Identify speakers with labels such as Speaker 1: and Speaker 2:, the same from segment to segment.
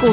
Speaker 1: 股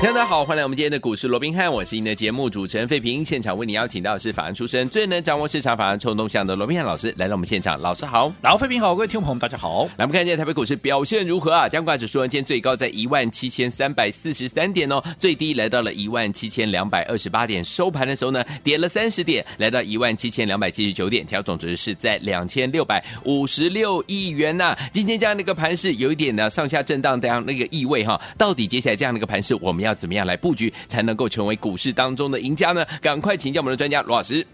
Speaker 2: 大家好，欢迎来我们今天的股市罗宾汉，我是您的节目主持人费平。现场为你邀请到的是法案出身、最能掌握市场法案冲动向的罗宾汉老师来到我们现场，老师好。
Speaker 3: 老费平好，各位听众朋友们，大家好。
Speaker 2: 来，我们看一下台北股市表现如何啊？加权指数呢今天最高在17,343点哦，最低来到了17,228点，收盘的时候呢，跌了30点，来到17,279点，调总值是在2,656亿元呐、今天这样的一个盘势，有一点呢上下震荡这样那个意味哈、到底接下来这样的一个盘势，我们要怎么样来布局，才能够成为股市当中的赢家呢？赶快请教我们的专家罗老师。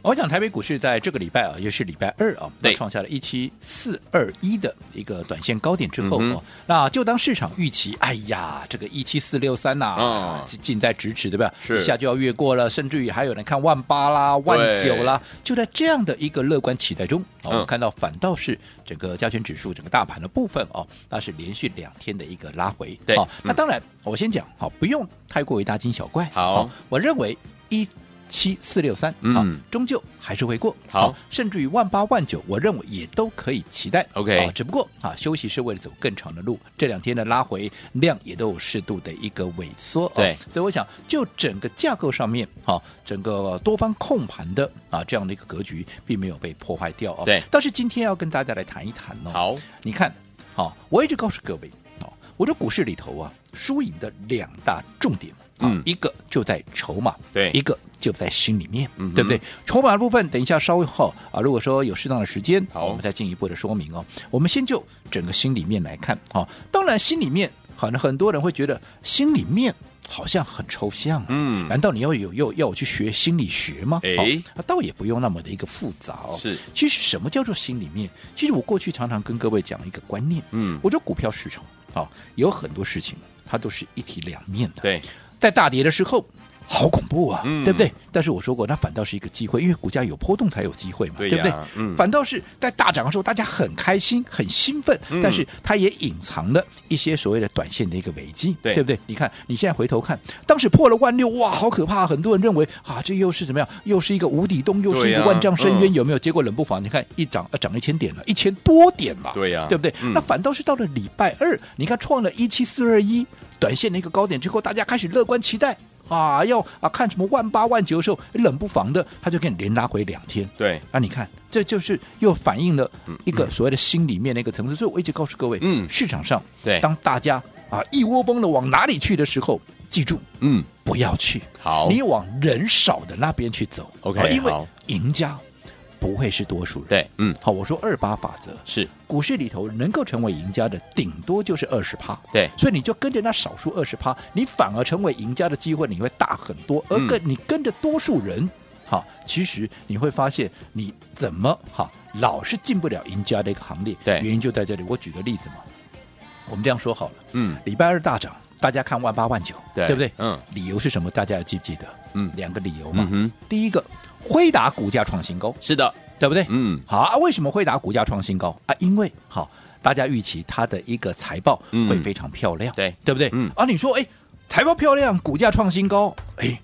Speaker 3: 我讲台北股市在这个礼拜啊，也是礼拜二啊，
Speaker 2: 对
Speaker 3: 它创下了一七四二一的一个短线高点之后
Speaker 2: 嗯
Speaker 3: 哦
Speaker 2: 哼，
Speaker 3: 那就当市场预期，哎呀，这个一七四六三呐
Speaker 2: 嗯，
Speaker 3: 近近在咫尺，对吧？
Speaker 2: 是
Speaker 3: 一下就要越过了，甚至于还有人看万八啦、万九啦，就在这样的一个乐观期待中，哦，我
Speaker 2: 嗯
Speaker 3: 们看到反倒是整个加权指数、整个大盘的部分哦，那是连续两天的一个拉回。
Speaker 2: 对
Speaker 3: 好，
Speaker 2: 嗯
Speaker 3: 那当然，我先讲，好，不用太过于大惊小怪。哦
Speaker 2: 好
Speaker 3: 我认为一七四六三，哦
Speaker 2: 嗯
Speaker 3: 好，终究还是会过。
Speaker 2: 好
Speaker 3: 甚至于万八万九，我认为也都可以期待。
Speaker 2: OK
Speaker 3: 啊只不过啊，休息是为了走更长的路，这两天的拉回量也都有适度的一个萎缩。
Speaker 2: 对
Speaker 3: 哦所以我想就整个架构上面，好、整个多方控盘的啊这样的一个格局，并没有被破坏掉哦。
Speaker 2: 对
Speaker 3: 但是今天要跟大家来谈一谈哦。，
Speaker 2: 好，
Speaker 3: 你看，好、我一直告诉各位，哦，我说股市里头啊，输赢的两大重点，啊
Speaker 2: 嗯
Speaker 3: 一个就在筹码，
Speaker 2: 对
Speaker 3: 一个就在心里面，
Speaker 2: 嗯哼
Speaker 3: 对不对？筹码的部分，等一下稍微后啊，如果说有适当的时间，
Speaker 2: 好
Speaker 3: 我们再进一步的说明哦。我们先就整个心里面来看，好、当然心里面，可能很多人会觉得心里面好像很抽象、啊，
Speaker 2: 嗯，
Speaker 3: 难道你要有要要我去学心理学吗？
Speaker 2: 哎
Speaker 3: 哦倒也不用那么的一个复杂哦。
Speaker 2: 是，
Speaker 3: 其实什么叫做心里面？其实我过去常常跟各位讲一个观念，
Speaker 2: 嗯，
Speaker 3: 我觉得股票市场啊、哦有很多事情它都是一体两面的。，
Speaker 2: 对，
Speaker 3: 在大跌的时候。好恐怖啊，
Speaker 2: 嗯
Speaker 3: 对不对？但是我说过，那反倒是一个机会，因为股价有波动才有机会嘛，
Speaker 2: 对
Speaker 3: 不对
Speaker 2: 呀？嗯
Speaker 3: 反倒是在大涨的时候，大家很开心、很兴奋，
Speaker 2: 嗯
Speaker 3: 但是它也隐藏了一些所谓的短线的一个危机，
Speaker 2: 对
Speaker 3: 不对？你看，你现在回头看，当时破了万六，哇，好可怕！很多人认为啊，这又是怎么样？又是一个无底洞，又是
Speaker 2: 对
Speaker 3: 一个
Speaker 2: 呀
Speaker 3: 万丈深渊，
Speaker 2: 嗯
Speaker 3: 有没有？结果冷不防，你看一涨，啊涨一千点了，一千多点嘛，
Speaker 2: 对呀
Speaker 3: 对不对？
Speaker 2: 嗯
Speaker 3: 那反倒是到了礼拜二，你看创了一七四二一短线的一个高点之后，大家开始乐观期待啊，要啊看什么万八万九的时候，冷不防的他就给你连拉回两天。
Speaker 2: 对，
Speaker 3: 啊，你看，这就是又反映了
Speaker 2: 嗯
Speaker 3: 一个所谓的心里面的一个层次。所以我一直告诉各位，
Speaker 2: 嗯
Speaker 3: 市场上
Speaker 2: 对，
Speaker 3: 当大家啊一窝蜂的往哪里去的时候，记住
Speaker 2: 嗯，
Speaker 3: 不要去，
Speaker 2: 好，
Speaker 3: 你往人少的那边去走。
Speaker 2: OK，
Speaker 3: 啊因为
Speaker 2: 好
Speaker 3: 赢家不会是多数人。
Speaker 2: 对，嗯，
Speaker 3: 好，我说二八法则，
Speaker 2: 是，
Speaker 3: 股市里头能够成为赢家的，顶多就是二十趴。
Speaker 2: 对，
Speaker 3: 所以你就跟着那少数二十趴，你反而成为赢家的机会你会大很多，
Speaker 2: 嗯
Speaker 3: 而跟、你跟着多数人。好，其实你会发现你怎么好老是进不了赢家的一个行列，
Speaker 2: 对
Speaker 3: 原因就在这里。我举个例子嘛，我们这样说好了，
Speaker 2: 嗯，
Speaker 3: 礼拜二大涨，大家看万八万九，
Speaker 2: 对
Speaker 3: 不对？
Speaker 2: 嗯，
Speaker 3: 理由是什么？大家要记不记得？
Speaker 2: 嗯
Speaker 3: 两个理由嘛
Speaker 2: 嗯。哼，
Speaker 3: 第一个，辉达股价创新高，
Speaker 2: 是的，
Speaker 3: 对不对？
Speaker 2: 嗯，
Speaker 3: 好、啊，为什么辉达股价创新高啊？因为好，大家预期它的一个财报
Speaker 2: 嗯
Speaker 3: 会非常漂亮，
Speaker 2: 对
Speaker 3: 对不对？
Speaker 2: 嗯
Speaker 3: 啊，你说，哎，财报漂亮，股价创新高，哎，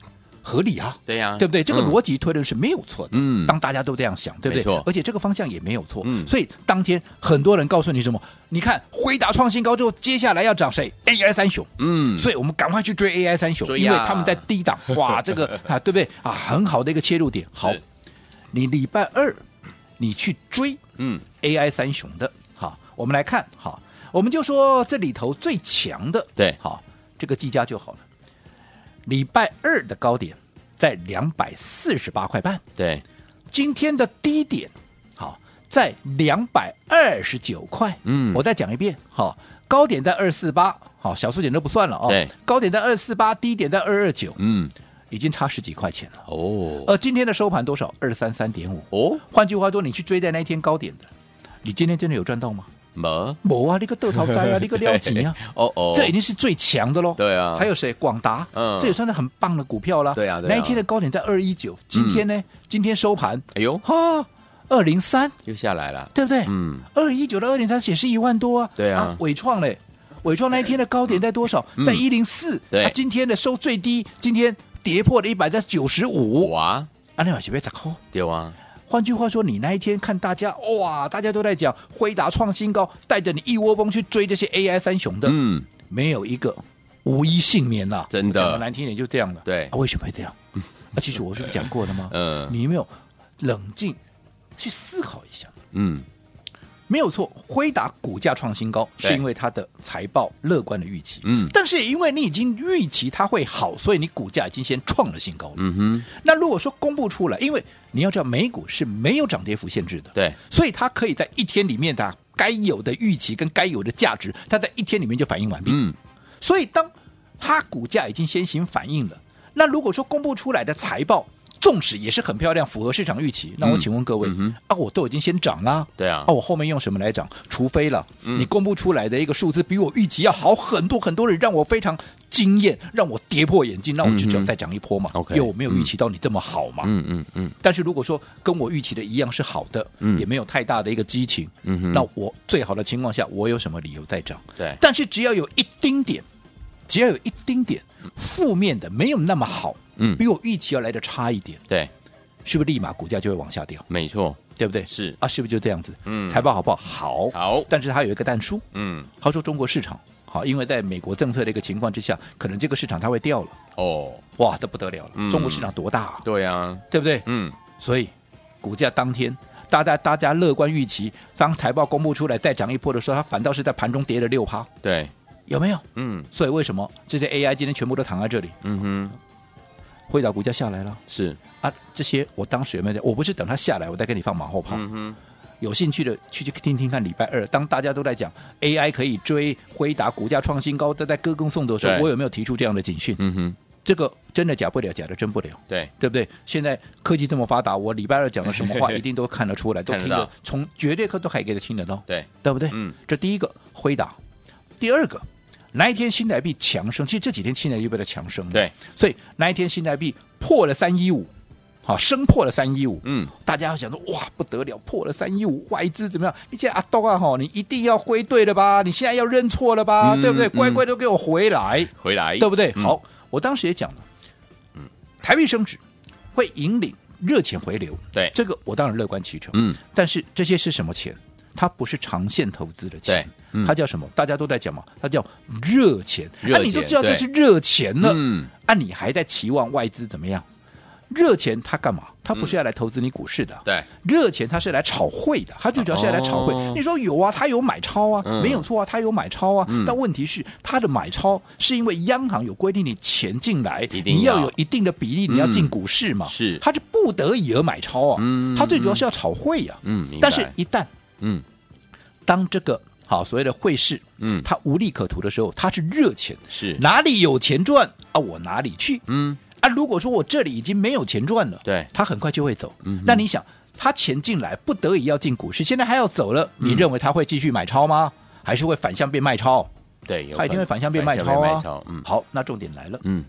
Speaker 3: 合理啊，
Speaker 2: 对呀
Speaker 3: 对不对？这个
Speaker 2: 嗯
Speaker 3: 逻辑推论是没有错的。
Speaker 2: 嗯
Speaker 3: 当大家都这样想，对不
Speaker 2: 没
Speaker 3: 对
Speaker 2: 错？
Speaker 3: 而且这个方向也没有错。
Speaker 2: 嗯
Speaker 3: 所以当天很多人告诉你什么？你看辉达创新高之后，接下来要涨谁？AI 三雄。
Speaker 2: 嗯，
Speaker 3: 所以我们赶快去追 AI 三雄，
Speaker 2: 追
Speaker 3: 因
Speaker 2: 呀
Speaker 3: 为他们在 低档，哇，这个啊，对不对啊？很好的一个切入点。好
Speaker 2: 是，
Speaker 3: 你礼拜二你去追
Speaker 2: 嗯，
Speaker 3: AI 三雄的，好，我们来看，好，我们就说这里头最强的，
Speaker 2: 对
Speaker 3: 好，这个技嘉就好了。礼拜二的高点在两百四十八块半，
Speaker 2: 对，
Speaker 3: 今天的低点，好，在两百二十九块。
Speaker 2: 嗯
Speaker 3: 我再讲一遍，好，高点在二四八，好，小数点都不算了哦。
Speaker 2: 对，
Speaker 3: 高点在二四八，低点在二二九，
Speaker 2: 嗯，
Speaker 3: 已经差十几块钱了。
Speaker 2: 哦，
Speaker 3: 而今天的收盘多少？二三三点五。
Speaker 2: 哦，
Speaker 3: 换句话说，你去追在那一天高点的，你今天真的有赚到吗？
Speaker 2: 没，
Speaker 3: 没啊，你个豆桃塞 啊，你个料几啊。
Speaker 2: 哦哦，
Speaker 3: 这已经是最强的喽。
Speaker 2: 对啊
Speaker 3: 还有谁？广达，
Speaker 2: 嗯
Speaker 3: 这也算是很棒的股票啦。
Speaker 2: 对啊对啊
Speaker 3: 那一天的高点在二一九，今天呢？今天收盘
Speaker 2: 哎呦，
Speaker 3: 哈，二零三，
Speaker 2: 又下来了。
Speaker 3: 对不对？
Speaker 2: 嗯，
Speaker 3: 二一九到二零三显示一万多啊，
Speaker 2: 对啊嗯
Speaker 3: 伟创嘞，伟创那一天的高点在多少？在一零四，
Speaker 2: 对
Speaker 3: 啊今天的收最低，今天跌破了一百，在九十五，啊
Speaker 2: 哇，
Speaker 3: 安利老师别砸空。
Speaker 2: 对啊，
Speaker 3: 换句话说，你那一天看大家哇，大家都在讲辉达创新高，带着你一窝蜂去追这些 AI 三雄的，
Speaker 2: 嗯，
Speaker 3: 没有一个无一幸免呐、
Speaker 2: 真的
Speaker 3: 讲的难听一点就这样了。
Speaker 2: 对
Speaker 3: 啊，为什么会这样？啊，其实我是不是讲过了吗？
Speaker 2: 嗯
Speaker 3: 你有没有冷静去思考一下？
Speaker 2: 嗯，
Speaker 3: 没有错，辉达股价创新高，
Speaker 2: 对
Speaker 3: 是因为它的财报乐观的预期。
Speaker 2: 嗯
Speaker 3: 但是也因为你已经预期它会好，所以你股价已经先创了新高了。
Speaker 2: 嗯哼，
Speaker 3: 那如果说公布出来，因为你要知道美股是没有涨跌幅限制的，
Speaker 2: 对，
Speaker 3: 所以它可以在一天里面的该有的预期跟该有的价值，它在一天里面就反应完毕。
Speaker 2: 嗯，
Speaker 3: 所以当它股价已经先行反应了，那如果说公布出来的财报，纵使也是很漂亮，符合市场预期，
Speaker 2: 嗯
Speaker 3: 那我请问各位、啊，我都已经先涨啦，
Speaker 2: 对啊嗯
Speaker 3: 啊，我后面用什么来涨？除非了、你公布出来的一个数字比我预期要好很多很多人让我非常惊艳，让我跌破眼镜，那我就只要再涨一波嘛。
Speaker 2: 嗯 OK，
Speaker 3: 有没有预期到你这么好嘛？
Speaker 2: 嗯嗯嗯，
Speaker 3: 但是如果说跟我预期的一样是好的，也没有太大的一个激情，
Speaker 2: 嗯哼
Speaker 3: 那我最好的情况下，我有什么理由再涨？
Speaker 2: 对
Speaker 3: 但是只要有一丁点，只要有一丁点负面的，没有那么好，
Speaker 2: 嗯
Speaker 3: 比我预期要来的差一点，
Speaker 2: 对，
Speaker 3: 是不是立马股价就会往下掉，
Speaker 2: 没错，
Speaker 3: 对不对？
Speaker 2: 是
Speaker 3: 啊，是不是就这样子？
Speaker 2: 嗯
Speaker 3: 财报好不好？好，
Speaker 2: 好
Speaker 3: 哦但是它有一个淡书，
Speaker 2: 嗯，
Speaker 3: 他说中国市场好，因为在美国政策的一个情况之下，可能这个市场它会掉了，
Speaker 2: 哦，
Speaker 3: 哇，这不得了了，
Speaker 2: 嗯
Speaker 3: 中国市场多大、啊，
Speaker 2: 对啊，
Speaker 3: 对不对？
Speaker 2: 嗯，
Speaker 3: 所以股价当天大家大家乐观预期，当财报公布出来再涨一波的时候，它反倒是在盘中跌了六趴，
Speaker 2: 对，
Speaker 3: 有没有？
Speaker 2: 嗯
Speaker 3: 所以为什么这些 AI 今天全部都躺在这里？
Speaker 2: 嗯哼，
Speaker 3: 汇导股价下来了
Speaker 2: 是，
Speaker 3: 啊！这些我当时有没有在？我不是等它下来我再跟你放马后炮。
Speaker 2: 嗯哼，
Speaker 3: 有兴趣的去去听听看，礼拜二当大家都在讲 AI 可以追辉达股价创新高，都在歌功颂德的时候，
Speaker 2: 对
Speaker 3: 我有没有提出这样的警 讯？
Speaker 2: 嗯哼，
Speaker 3: 这个真的假不了，假的真不了。
Speaker 2: 对，
Speaker 3: 对不对？现在科技这么发达，我礼拜二讲了什么 话，一定都看得出来，都
Speaker 2: 看得
Speaker 3: 听
Speaker 2: 到
Speaker 3: 得从绝对课都还给他听得到，
Speaker 2: 对，
Speaker 3: 对不对？
Speaker 2: 嗯，
Speaker 3: 这第一个回答，第二个，那一天新台币强升，其实这几天新台币被它强升了，
Speaker 2: 对，
Speaker 3: 所以那一天新台币破了三一五，好，升破了三一五，
Speaker 2: 嗯，
Speaker 3: 大家要想说，哇，不得了，破了三一五，外资怎么样？一些阿东啊，哈，你一定要归队了吧？你现在要认错了吧？
Speaker 2: 嗯
Speaker 3: 对不对？
Speaker 2: 嗯
Speaker 3: 乖乖都给我回来。
Speaker 2: 回来，
Speaker 3: 对不对？
Speaker 2: 嗯，
Speaker 3: 好，我当时也讲了，台币升值会引领热钱回流，
Speaker 2: 对
Speaker 3: 这个我当然乐观其成。
Speaker 2: 哎嗯，
Speaker 3: 但是这些是什么钱？它不是长线投资的钱
Speaker 2: 对，嗯
Speaker 3: 它叫什么？大家都在讲嘛，它叫热钱。
Speaker 2: 热
Speaker 3: 啊、你都
Speaker 2: 钱
Speaker 3: 知道这
Speaker 2: 对
Speaker 3: 是热钱了，
Speaker 2: 嗯，
Speaker 3: 啊，你还在期望外资怎么样？热钱它干嘛？它
Speaker 2: 嗯
Speaker 3: 不是要来投资你股市的，
Speaker 2: 对，
Speaker 3: 热钱它是来炒汇的，它最主要是来炒汇。
Speaker 2: 哦
Speaker 3: 你说有啊，它有买超啊，
Speaker 2: 嗯
Speaker 3: 没有错啊，它有买超啊。
Speaker 2: 嗯
Speaker 3: 但问题是，它的买超是因为央行有规定，你钱进来
Speaker 2: 一，定
Speaker 3: 你
Speaker 2: 要嗯
Speaker 3: 要有一定的比例，你要进股市嘛。
Speaker 2: 是
Speaker 3: 它是不得已而买超啊。
Speaker 2: 嗯
Speaker 3: 它最主要是要炒汇呀、啊。
Speaker 2: 嗯，明白
Speaker 3: 但是，一旦
Speaker 2: 嗯，
Speaker 3: 当这个好所谓的汇市，
Speaker 2: 嗯
Speaker 3: 它无利可图的时候，它是热钱，
Speaker 2: 是，
Speaker 3: 哪里有钱赚啊，我哪里去。
Speaker 2: 嗯，
Speaker 3: 啊，如果说我这里已经没有钱赚了，
Speaker 2: 对
Speaker 3: 他很快就会走。
Speaker 2: 嗯哼
Speaker 3: 那你想，他钱进来不得已要进股市，现在还要走了，
Speaker 2: 嗯
Speaker 3: 你认为他会继续买超吗？还是会反向变卖超？
Speaker 2: 对，有
Speaker 3: 他一定
Speaker 2: 可
Speaker 3: 会
Speaker 2: 能
Speaker 3: 反向变卖超
Speaker 2: 卖
Speaker 3: 啊！
Speaker 2: 超，嗯，
Speaker 3: 好，那重点来了，
Speaker 2: 嗯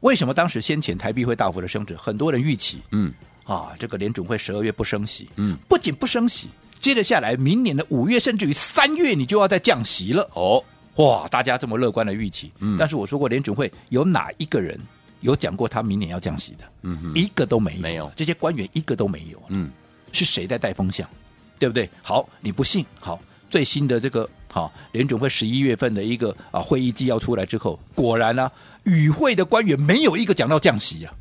Speaker 3: 为什么当时先前台币会大幅的升值？很多人预期
Speaker 2: 嗯，
Speaker 3: 啊，这个联准会十二月不升息，
Speaker 2: 嗯，
Speaker 3: 不仅不升息，接着下来明年的五月甚至于三月你就要再降息了。
Speaker 2: 哦，
Speaker 3: 哇，大家这么乐观的预期，
Speaker 2: 嗯
Speaker 3: 但是我说过，联准会有哪一个人有讲过他明年要降息的？
Speaker 2: 嗯哼，
Speaker 3: 一个都没有，
Speaker 2: 没有
Speaker 3: 这些官员一个都没有，
Speaker 2: 嗯，
Speaker 3: 是谁在带风向？对不对？好，你不信？好，最新的这个好联准会十一月份的一个啊会议纪要出来之后，果然呢、与会的官员没有一个讲到降息啊，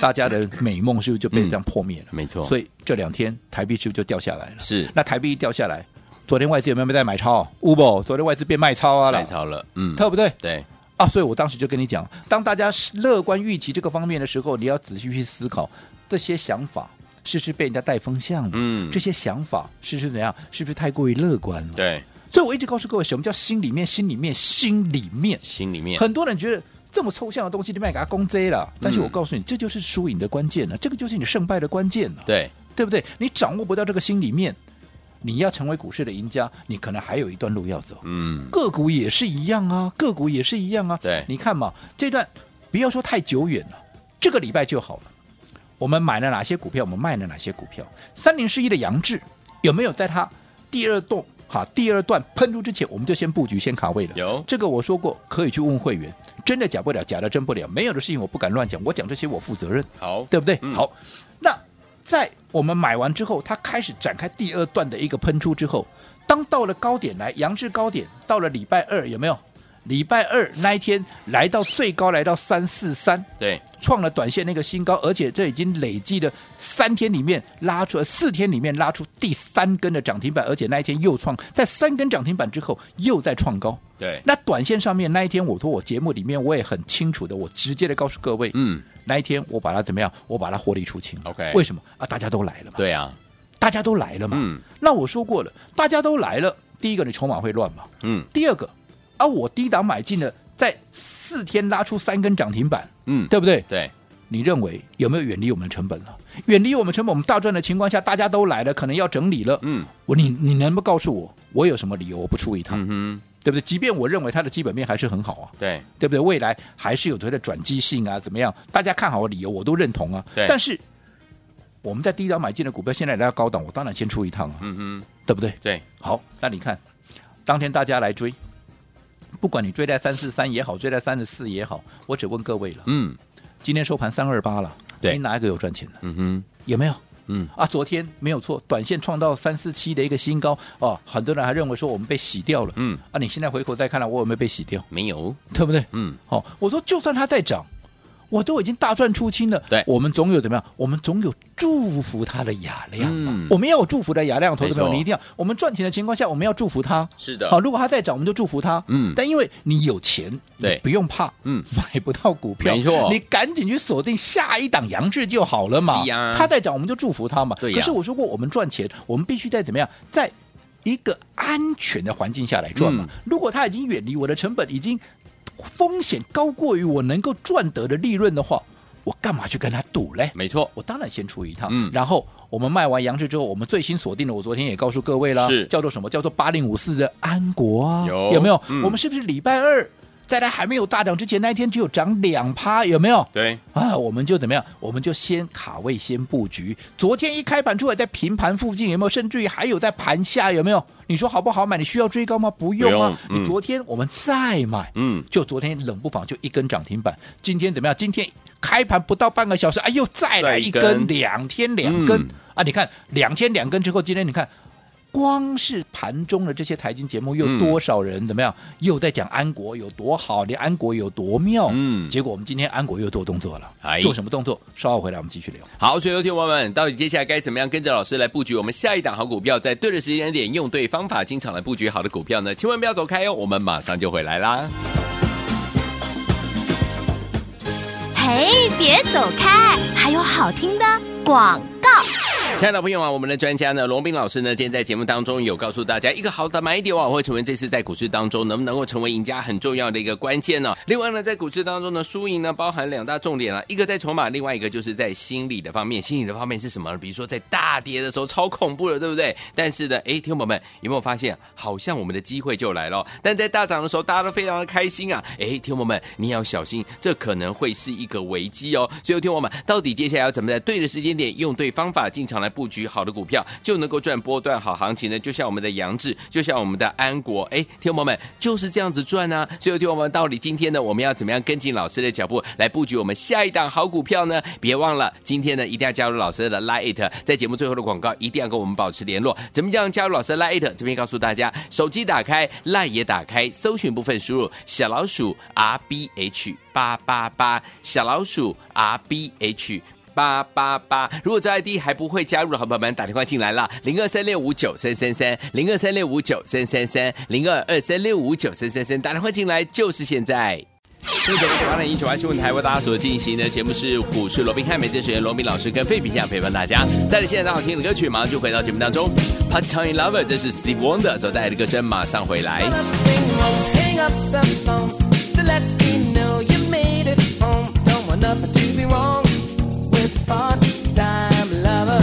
Speaker 3: 大家的美梦是不是就被这样破灭了？
Speaker 2: 嗯没错，
Speaker 3: 所
Speaker 2: 以
Speaker 3: 以这两天台币是不是就掉下来了？
Speaker 2: 是
Speaker 3: 那台币一掉下来，昨天外资有没有在买超？Uber，昨天外资变卖超啊了
Speaker 2: 卖，超了，嗯，
Speaker 3: 对不对？
Speaker 2: 对，
Speaker 3: 啊，所以我当时就跟你讲，当大家乐观预期这个方面的时候，你要仔细去思考这些想法是不是被人家带风向了，
Speaker 2: 嗯
Speaker 3: 这些想法是不是怎样，是不是太过于乐观了？
Speaker 2: 对，
Speaker 3: 所以我一直告诉各位，什么叫心里面，心里面，心里面。
Speaker 2: 心里面
Speaker 3: 很多人觉得这么抽象的东西，你卖给他公 Z 了，但
Speaker 2: 嗯
Speaker 3: 是我告诉你，这就是输赢的关键了，这个就是你胜败的关键了，
Speaker 2: 对，
Speaker 3: 对不对？你掌握不到这个心里面，你要成为股市的赢家，你可能还有一段路要走。
Speaker 2: 嗯，
Speaker 3: 个股也是一样啊，个股也是一样啊。
Speaker 2: 对
Speaker 3: 你看嘛，这段不要说太久远了，这个礼拜就好了。我们买了哪些股票，我们卖了哪些股票。三零四一的杨志有没有在它第二栋哈第二段喷出之前，我们就先布局先卡位了？
Speaker 2: 有
Speaker 3: 这个我说过，可以去问会员，真的假不了，假的真不了，没有的事情我不敢乱讲，我讲这些我负责任。
Speaker 2: 好，
Speaker 3: 对不对？
Speaker 2: 嗯
Speaker 3: 好，那在我们买完之后，它开始展开第二段的一个喷出之后，当到了高点来，杨志高点到了礼拜二有没有？礼拜二那一天来到最高，来到三四三，
Speaker 2: 对，
Speaker 3: 创了短线那个新高，而且这已经累计了三天里面拉出了四天里面拉出第三根的涨停板，而且那一天又创在三根涨停板之后又在创高。
Speaker 2: 对，
Speaker 3: 那短线上面那一天，我说我节目里面我也很清楚的，我直接的告诉各位，
Speaker 2: 嗯，
Speaker 3: 那一天我把它怎么样？我把它获利出清。
Speaker 2: OK
Speaker 3: 为什么啊？大家都来了嘛，
Speaker 2: 对啊，
Speaker 3: 大家都来了嘛。
Speaker 2: 嗯
Speaker 3: 那我说过了，大家都来了，第一个你筹码会乱嘛，
Speaker 2: 嗯
Speaker 3: 第二个啊，我低档买进了，在四天拉出三根涨停板，
Speaker 2: 嗯，
Speaker 3: 对不对？
Speaker 2: 对，
Speaker 3: 你认为有没有远离我们的成本了？远离我们成本，我们大赚的情况下，大家都来了，可能要整理了。
Speaker 2: 嗯
Speaker 3: 我你你能不能告诉我，我有什么理由我不出一趟？
Speaker 2: 嗯
Speaker 3: 对不对？即便我认为它的基本面还是很好啊，
Speaker 2: 哼，对，
Speaker 3: 对不对？未来还是有它的转机性啊，怎么样？大家看好的理由我都认同啊。
Speaker 2: 对
Speaker 3: 但是我们在低档买进的股票，现在来到高档，我当然先出一趟啊，
Speaker 2: 嗯哼，
Speaker 3: 对不对？
Speaker 2: 对，
Speaker 3: 好，那你看，当天大家来追，不管你追在三四三也好，追在三十四也好，我只问各位了，
Speaker 2: 嗯
Speaker 3: 今天收盘三二八了，
Speaker 2: 对
Speaker 3: 你哪一个有赚钱的？
Speaker 2: 嗯哼，
Speaker 3: 有没有？
Speaker 2: 嗯，
Speaker 3: 啊，昨天没有错，短线创到三四七的一个新高哦，很多人还认为说我们被洗掉了，
Speaker 2: 嗯，
Speaker 3: 啊，你现在回头再看了，我有没有被洗掉？
Speaker 2: 没有，
Speaker 3: 对不对？
Speaker 2: 嗯
Speaker 3: 哦，我说就算它再涨，我都已经大赚出清了。
Speaker 2: 对
Speaker 3: 我们总有怎么样？我们总有祝福它的雅量嘛。
Speaker 2: 嗯
Speaker 3: 我们要有祝福的雅量，投资朋
Speaker 2: 没
Speaker 3: 友，
Speaker 2: 错
Speaker 3: 你一定要。我们赚钱的情况下，我们要祝福它。
Speaker 2: 是的
Speaker 3: 好，如果它再涨，我们就祝福它。
Speaker 2: 嗯
Speaker 3: 但因为你有钱，
Speaker 2: 对
Speaker 3: 你不用怕，
Speaker 2: 嗯，
Speaker 3: 买不到股票，
Speaker 2: 没错
Speaker 3: 你赶紧去锁定下一档杨志就好了嘛
Speaker 2: 是。呀
Speaker 3: 它再涨，我们就祝福它嘛。
Speaker 2: 对呀
Speaker 3: 可是我说过，我们赚钱，我们必须在怎么样，在一个安全的环境下来赚嘛。
Speaker 2: 嗯
Speaker 3: 如果它已经远离我的成本，已经风险高过于我能够赚得的利润的话，我干嘛去跟他赌嘞？
Speaker 2: 没错，
Speaker 3: 我当然先出一趟，
Speaker 2: 嗯
Speaker 3: 然后我们卖完杨志之后，我们最新锁定的，我昨天也告诉各位了，
Speaker 2: 是
Speaker 3: 叫做什么？叫做八零五四的安国啊，
Speaker 2: 有
Speaker 3: 没有？
Speaker 2: 嗯
Speaker 3: 我们是不是礼拜二在它还没有大涨之前，那一天只有涨两趴，有没有？
Speaker 2: 对，
Speaker 3: 啊，我们就怎么样？我们就先卡位，先布局。昨天一开盘出来，在平盘附近有没有？甚至于还有在盘下有没有？你说好不好买？你需要追高吗？不用啊。
Speaker 2: 不用嗯
Speaker 3: 你昨天我们再买，
Speaker 2: 嗯，
Speaker 3: 就昨天冷不防就一根涨停板，今天怎么样？今天开盘不到半个小时，哎，又再
Speaker 2: 再
Speaker 3: 来
Speaker 2: 一
Speaker 3: 一
Speaker 2: 根
Speaker 3: 根，两天两根、
Speaker 2: 嗯
Speaker 3: 啊！你看两天两根之后，今天你看。光是盘中的这些财经节目，
Speaker 2: 嗯
Speaker 3: 又多少人怎么样？又在讲安国有多好，连安国有多妙。
Speaker 2: 嗯
Speaker 3: 结果我们今天安国又做动作了，
Speaker 2: 哎
Speaker 3: 做什么动作？稍后回来我们继续聊。
Speaker 2: 好，所以有听众朋友们，到底接下来该怎么样跟着老师来布局我们下一档好股票，在对的时间点用对方法进场来布局好的股票呢？千万不要走开哦，我们马上就回来啦。
Speaker 1: 嘿，别走开，还有好听的广告。
Speaker 2: 亲爱的朋友啊，我们的专家呢，龙斌老师呢，今天在节目当中有告诉大家，一个好的买点啊，会成为这次在股市当中能不能够成为赢家很重要的一个关键呢、另外呢，在股市当中呢，输赢呢包含两大重点啊，一个在筹码，另外一个就是在心理的方面。心理的方面是什么呢？比如说在大跌的时候超恐怖的，对不对？但是呢，哎，听众朋友们有没有发现，好像我们的机会就来了？但在大涨的时候，大家都非常的开心啊，哎，听众朋友们，你要小心，这可能会是一个危机哦。所以，听我们到底接下来要怎么在对的时间点，用对方法进场来布局好的股票，就能够赚波段好行情呢？就像我们的杨志，就像我们的安国，哎，听我们就是这样子赚啊。所以，听我们到底今天呢，我们要怎么样跟进老师的脚步来布局我们下一档好股票呢？别忘了，今天呢一定要加入老师的 Lite，在节目最后的广告一定要跟我们保持联络。怎么样加入老师的 Lite？这边告诉大家，手机打开，Lite 也打开，搜寻部分输入小老鼠 R B H 八八八，小老鼠 R B H。八八八。如果这 ID 还不会加入的好朋友们，打电话进来了，零二三六五九三三三，零二三六五九三三三，零二二三六五九三三三，打电话进来就是现在。这九八点一九八新闻台为大家所进行的节目是股市罗宾汉美正学员罗宾老师跟费品相陪伴大家。带着现在当好听的歌曲，马上就回到节目当中。Part Time Lover，这是 Steve Wonder 所带来的歌声，马上回来。
Speaker 4: Hang up the phone to let me know you made it home. Don't want nothing to be wrong with part-time lover.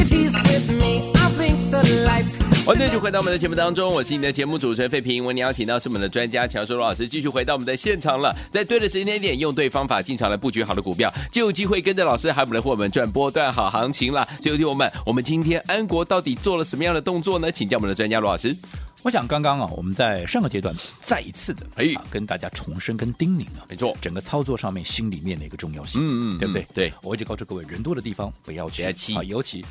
Speaker 4: If she's with me, I think the light.
Speaker 2: 欢迎继续回到我们的节目当中，我是你的节目主持人费平。我们邀请到是我们的专家乔硕罗老师，继续回到我们的现场了。在对的时间点，用对方法进场来布局好的股票，就有机会跟着老师还有我们的伙伴们赚波啊段好行情了。所以，听我们，我们今天安国到底做了什么样的动作呢？请教我们的专家罗老师。
Speaker 3: 我想刚刚啊，我们在上个阶段再一次的、
Speaker 2: 哎
Speaker 3: 啊、跟大家重申跟叮咛啊，
Speaker 2: 没错
Speaker 3: 整个操作上面心里面的一个重要性，
Speaker 2: 嗯嗯嗯
Speaker 3: 对不对？
Speaker 2: 对，
Speaker 3: 我一直告诉各位，人多的地方不要去，
Speaker 2: 别去
Speaker 3: 啊，尤其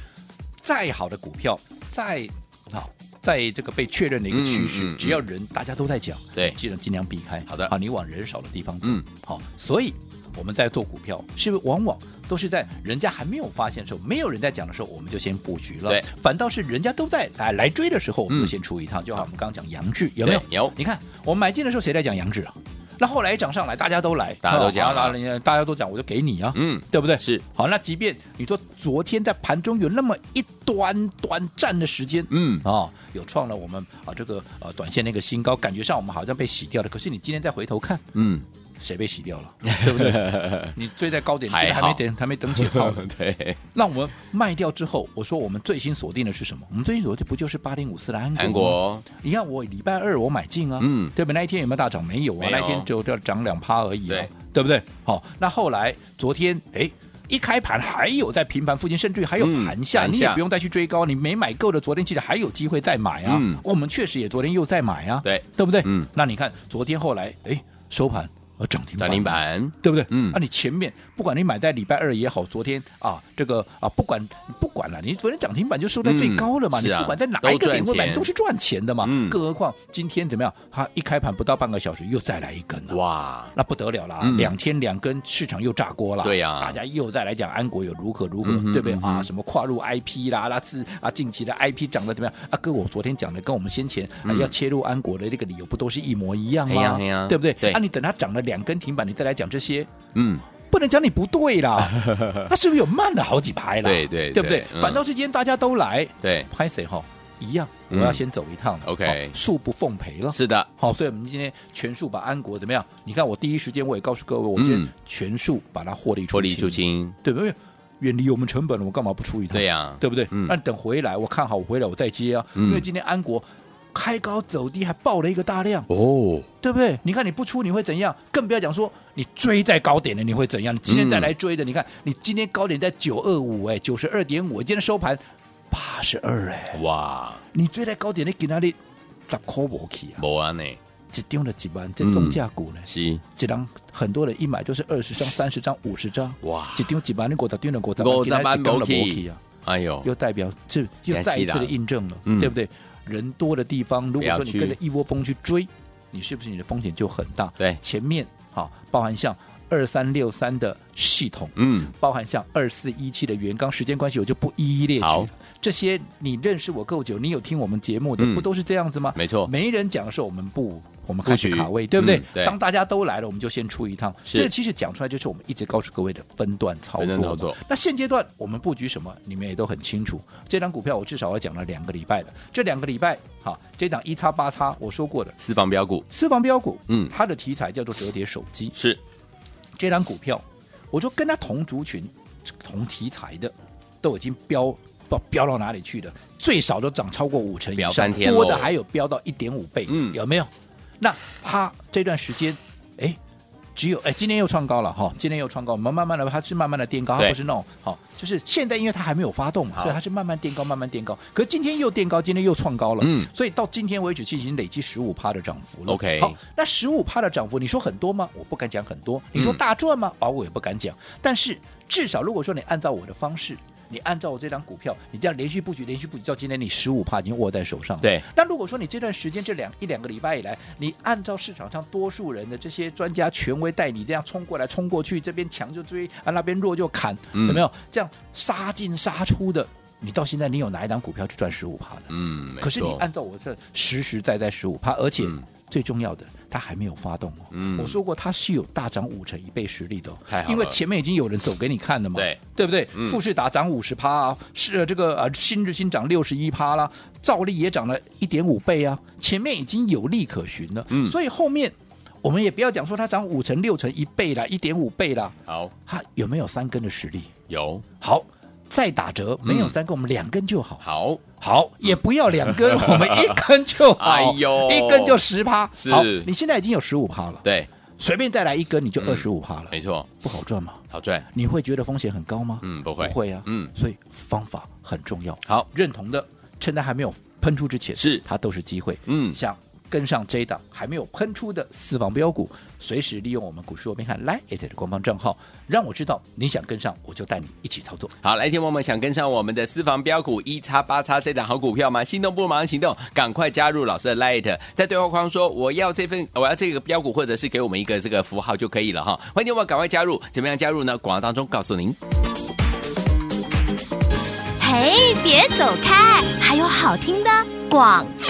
Speaker 3: 再好的股票，再啊。在这个被确认的一个趋势，
Speaker 2: 嗯嗯嗯
Speaker 3: 只要人大家都在讲，
Speaker 2: 对
Speaker 3: 尽量尽量避开。
Speaker 2: 好的
Speaker 3: 啊，你往人少的地方走。
Speaker 2: 嗯，
Speaker 3: 好，所以我们在做股票，是不是往往都是在人家还没有发现的时候，没有人在讲的时候，我们就先布局了？
Speaker 2: 对，
Speaker 3: 反倒是人家都在来来追的时候，我
Speaker 2: 嗯
Speaker 3: 们就先出一趟。就好，我们刚刚讲杨志有没有
Speaker 2: 对？有
Speaker 3: 你看我买进的时候谁在讲杨志啊？那后来涨上来，大家都来，
Speaker 2: 大家都讲啊
Speaker 3: 啊，啊啊大家都讲，我就给你啊，
Speaker 2: 嗯，
Speaker 3: 对不对？
Speaker 2: 是。
Speaker 3: 好，那即便你说昨天在盘中有那么一短短暂的时间，
Speaker 2: 嗯
Speaker 3: 哦，有创了我们啊这个呃短线的一个新高，感觉上我们好像被洗掉了。可是你今天再回头看，
Speaker 2: 嗯，
Speaker 3: 谁被洗 掉了？对不对？你追在高点，你这个
Speaker 2: 还
Speaker 3: 还
Speaker 2: 好
Speaker 3: 没等还没等解套呢。
Speaker 2: 对，
Speaker 3: 那我们卖掉之后，我说我们最新锁定的是什么？我们最新锁定不就是八零五四的安国？
Speaker 2: 韩，国，
Speaker 3: 你看我礼拜二我买进啊，
Speaker 2: 嗯
Speaker 3: 对不对？那一天有没有大涨？没有啊，
Speaker 2: 没有
Speaker 3: 那一天只有涨两趴而已、啊，
Speaker 2: 对
Speaker 3: 对不对？好、那后来昨天哎。一开盘还有在平盘附近，甚至于还有
Speaker 2: 嗯
Speaker 3: 盘下，
Speaker 2: 盘
Speaker 3: 你也
Speaker 2: 下
Speaker 3: 不用再去追高，你没买够的，昨天记得还有机会再买啊。
Speaker 2: 嗯
Speaker 3: 我们确实也昨天又在买啊，
Speaker 2: 对，
Speaker 3: 对不对？
Speaker 2: 嗯
Speaker 3: 那你看昨天后来，哎，收盘呃涨停
Speaker 2: 涨停板，
Speaker 3: 对不对？
Speaker 2: 嗯
Speaker 3: 啊，你前面不管你买在礼拜二也好，昨天啊，这个啊，不管不管了，你昨天涨停板就收在最高了嘛，
Speaker 2: 嗯
Speaker 3: 你
Speaker 2: 是啊
Speaker 3: 不管在哪一
Speaker 2: 都
Speaker 3: 个
Speaker 2: 赚
Speaker 3: 点位买，
Speaker 2: 钱
Speaker 3: 你都是赚钱的嘛。
Speaker 2: 嗯
Speaker 3: 更何况今天怎么样？它一开盘不到半个小时又再来一根了。
Speaker 2: 哇，
Speaker 3: 那不得了啦！
Speaker 2: 嗯
Speaker 3: 两天两根，市场又炸锅了。
Speaker 2: 对呀
Speaker 3: 大家又再来讲安国有如何如何，
Speaker 2: 嗯哼
Speaker 3: 对不对、
Speaker 2: 嗯
Speaker 3: 啊？什么跨入 IP 啦，啦是啊，近期的 IP 涨得怎么样？啊，跟我昨天讲的，跟我们先前、啊要切入安国的那个理由，不都是一模一样
Speaker 2: 嗯哎呀
Speaker 3: 吗？
Speaker 2: 哎呀
Speaker 3: 对不对？
Speaker 2: 对
Speaker 3: 啊，你等它涨了两根停板，你再来讲这些，
Speaker 2: 嗯，
Speaker 3: 不能讲你不对啦， 它是不是有慢了好几拍啦？
Speaker 2: 对对
Speaker 3: 对不对
Speaker 2: 对？嗯
Speaker 3: 反倒是今天大家都来，
Speaker 2: 对，
Speaker 3: 拍谁哈？一样，我
Speaker 2: 嗯
Speaker 3: 要先走一趟了。
Speaker 2: OK
Speaker 3: 好恕不奉陪了。
Speaker 2: 是的，
Speaker 3: 好，所以我们今天全数把安国怎么样？你看我第一时间我也告诉各位，我今天
Speaker 2: 嗯
Speaker 3: 全数把它获利出
Speaker 2: 脱离出
Speaker 3: 清，
Speaker 2: 清，
Speaker 3: 对不对？远离我们成本了，我干嘛不出一趟？
Speaker 2: 对呀，
Speaker 3: 对不对？
Speaker 2: 嗯
Speaker 3: 那你等回来，我看好我回来我再接啊，
Speaker 2: 嗯
Speaker 3: 因为今天安国开高走低还爆了一个大量，
Speaker 2: 哦，
Speaker 3: 对不对？你看你不出你会怎样？更不要讲说你追在高点的你会怎样？你今天再来追的，你看你今天高点在九二五哎，九十二点五，今天收盘八十二哎，
Speaker 2: 哇，
Speaker 3: 你追在高点你给那里十块无去啊，
Speaker 2: 无安呢，
Speaker 3: 一张了几万，这中价股呢？
Speaker 2: 是，
Speaker 3: 一张很多人一买就是二十张、三十张、五十张，
Speaker 2: 哇
Speaker 3: 一张几万，你五十张了五十
Speaker 2: 五十
Speaker 3: 万，今天
Speaker 2: 万
Speaker 3: 一张
Speaker 2: 没
Speaker 3: 了
Speaker 2: 去
Speaker 3: 无去啊，
Speaker 2: 哎呦，
Speaker 3: 又代表这又再一次的印证了，
Speaker 2: 嗯
Speaker 3: 对不对？人多的地方，如
Speaker 2: 不
Speaker 3: 果
Speaker 2: 要
Speaker 3: 说你
Speaker 2: 去
Speaker 3: 跟着一窝蜂去追，你是不是你的风险就很大？
Speaker 2: 对
Speaker 3: 前面好，包含像二三六三的系统，
Speaker 2: 嗯，
Speaker 3: 包含像二四一七的原钢，时间关系我就不一一列举
Speaker 2: 好
Speaker 3: 了。这些你认识我够久，你有听我们节目的，
Speaker 2: 嗯
Speaker 3: 不都是这样子吗？
Speaker 2: 没错
Speaker 3: 没人讲的时候，我们不。我们开始
Speaker 2: 布局
Speaker 3: 卡位，对不对？
Speaker 2: 嗯对
Speaker 3: 当大家都来了，我们就先出一趟。
Speaker 2: 是
Speaker 3: 这其实讲出来就是我们一直告诉各位的分段操
Speaker 2: 分
Speaker 3: 作
Speaker 2: 段操
Speaker 3: 嘛。
Speaker 2: 作
Speaker 3: 那现阶段我们布局什么，你们也都很清楚。这张股票我至少要讲了两个礼拜了。这两个礼拜，好，这档一叉八叉我说过的
Speaker 2: 私房标股
Speaker 3: 私房标股，
Speaker 2: 嗯
Speaker 3: 它的题材叫做折叠手机。
Speaker 2: 是，
Speaker 3: 这张股票，我说跟它同族群、同题材的，都已经飙飙飙到哪里去了？最少都涨超过五成以
Speaker 2: 飙
Speaker 3: 上
Speaker 2: 翻，天
Speaker 3: 多的
Speaker 2: 喽
Speaker 3: 还有飙到一点五倍，
Speaker 2: 嗯
Speaker 3: 有没有？那它这段时间，哎，只有哎，今天又创高了哈、今天又创高，我们慢慢的它是慢慢的垫高，它
Speaker 2: 对
Speaker 3: 不是那种好、就是现在因为它还没有发动嘛，
Speaker 2: 好
Speaker 3: 所以它是慢慢垫高，慢慢垫高。可是今天又垫高，今天又创高了，
Speaker 2: 嗯
Speaker 3: 所以到今天为止其实已经累积十五趴的涨幅了。
Speaker 2: OK
Speaker 3: 好，那十五趴的涨幅，你说很多吗？我不敢讲很多。你说
Speaker 2: 嗯
Speaker 3: 大赚吗？啊、我也不敢讲。但是至少如果说你按照我的方式。你按照我这张股票，你这样连续布局，连续布局到今天，你十五趴已经握在手上了。
Speaker 2: 对。
Speaker 3: 那如果说你这段时间这两一两个礼拜以来，你按照市场上多数人的这些专家权威带你这样冲过来冲过去，这边强就追啊，那边弱就砍，
Speaker 2: 嗯
Speaker 3: 有没有这样杀进杀出的？你到现在你有哪一档股票去赚十五趴的？
Speaker 2: 嗯，没
Speaker 3: 可是你
Speaker 2: 错
Speaker 3: 按照我这实实在在十五趴，而且
Speaker 2: 嗯
Speaker 3: 最重要的，它还没有发动哦。
Speaker 2: 嗯
Speaker 3: 我说过它是有大涨五成一倍实力的、哦
Speaker 2: 太好，了
Speaker 3: 因为前面已经有人走给你看了嘛，
Speaker 2: 对
Speaker 3: 不对？
Speaker 2: 嗯
Speaker 3: 富士达涨五十趴啊，是呃这个呃新日新涨六十一趴啦，兆利也涨了一点五倍啊，前面已经有利可循了，
Speaker 2: 嗯
Speaker 3: 所以后面我们也不要讲说它涨五成、六成、一倍啦、一点五倍啦，
Speaker 2: 好
Speaker 3: 它有没有三根的实力？
Speaker 2: 有
Speaker 3: 好，再打折，没有三根，我们两根就好。
Speaker 2: 好，
Speaker 3: 好，也不要两根，我们一根就 好。
Speaker 2: 哎呦
Speaker 3: 一根就十趴。
Speaker 2: 是
Speaker 3: 好，你现在已经有十五趴了，
Speaker 2: 对，
Speaker 3: 随便再来一根你就二十五趴了，
Speaker 2: 嗯没错，
Speaker 3: 不好赚吗？
Speaker 2: 好赚，
Speaker 3: 你会觉得风险很高吗？
Speaker 2: 嗯不会
Speaker 3: 不会啊。
Speaker 2: 嗯
Speaker 3: 所以方法很重要。
Speaker 2: 好
Speaker 3: 认同的，趁它还没有喷出之前，
Speaker 2: 是
Speaker 3: 它都是机会。
Speaker 2: 嗯
Speaker 3: 像跟上这一档还没有喷出的私房标股，随时利用我们股市罗宾汉 Line 也的官方账号，让我知道你想跟上，我就带你一起操作。
Speaker 2: 好，来，天王们想跟上我们的私房标股一叉八叉这档好股票吗？心动不如马上行动，赶快加入老师的 Light，在对话框说我要这份，我要这个标股，或者是给我们一个这个符号就可以了哈。欢迎天王赶快加入，怎么样加入呢？广告当中告诉您。
Speaker 1: 嘿，别走开，还有好听的广告。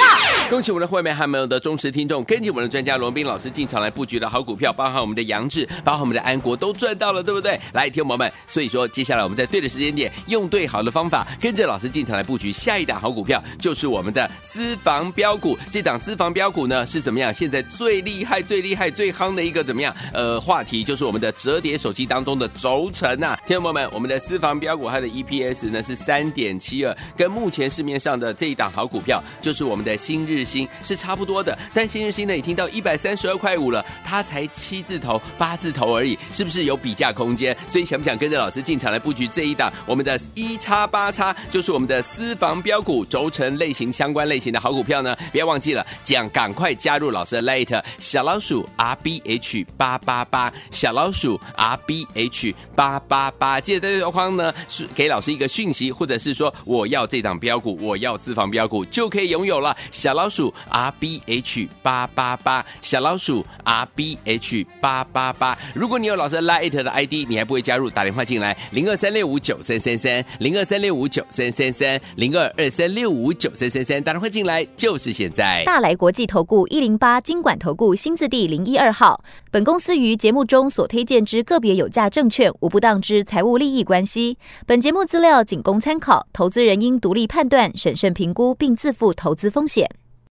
Speaker 2: 恭喜我们的会员还有我们的忠实听众，跟紧我们的专家罗斌老师进场来布局的好股票，包含我们的杨志，包含我们的安国都赚到了，对不对？来，听友们，所以说接下来我们在对的时间点，用对好的方法，跟着老师进场来布局下一档好股票，就是我们的私房标股。这档私房标股呢是怎么样？现在最厉害、最厉害、最夯的一个怎么样？呃，话题就是我们的折叠手机当中的轴承啊，听众朋友们，我们的私房标股它的 E EPS 呢是三点七二，跟目前市面上的这一档好股票，就是我们的新日新是差不多的，但新日新呢已经到一百三十二块五了，它才七字头、八字头而已，是不是有比价空间？所以想不想跟着老师进场来布局这一档我们的一叉八叉，就是我们的私房标股轴承类型相关类型的好股票呢？不要忘记了，讲赶快加入老师的 Lite 小老鼠 R B H 八八八小老鼠 R B H 八八八，记得在对话框呢是给老师一个讯息，或者是说我要这档标股，我要私房标股，就可以拥有了。小老鼠 R B H 八八八，小老鼠 R B H 八八八。如果你有老师 Lite 的 ID，你还不会加入，打电话进来零二三六五九三三三零二三六五九三三三零二二三六五九三三三，打电话进来就是现在。
Speaker 5: 大来国际投顾一零八金管投顾新字第零一二号。本公司于节目中所推荐之个别有价证券，无不当之财务利益关系。本节目资料仅供参考，投资人应独立判断、审慎评估，并自负投资风险。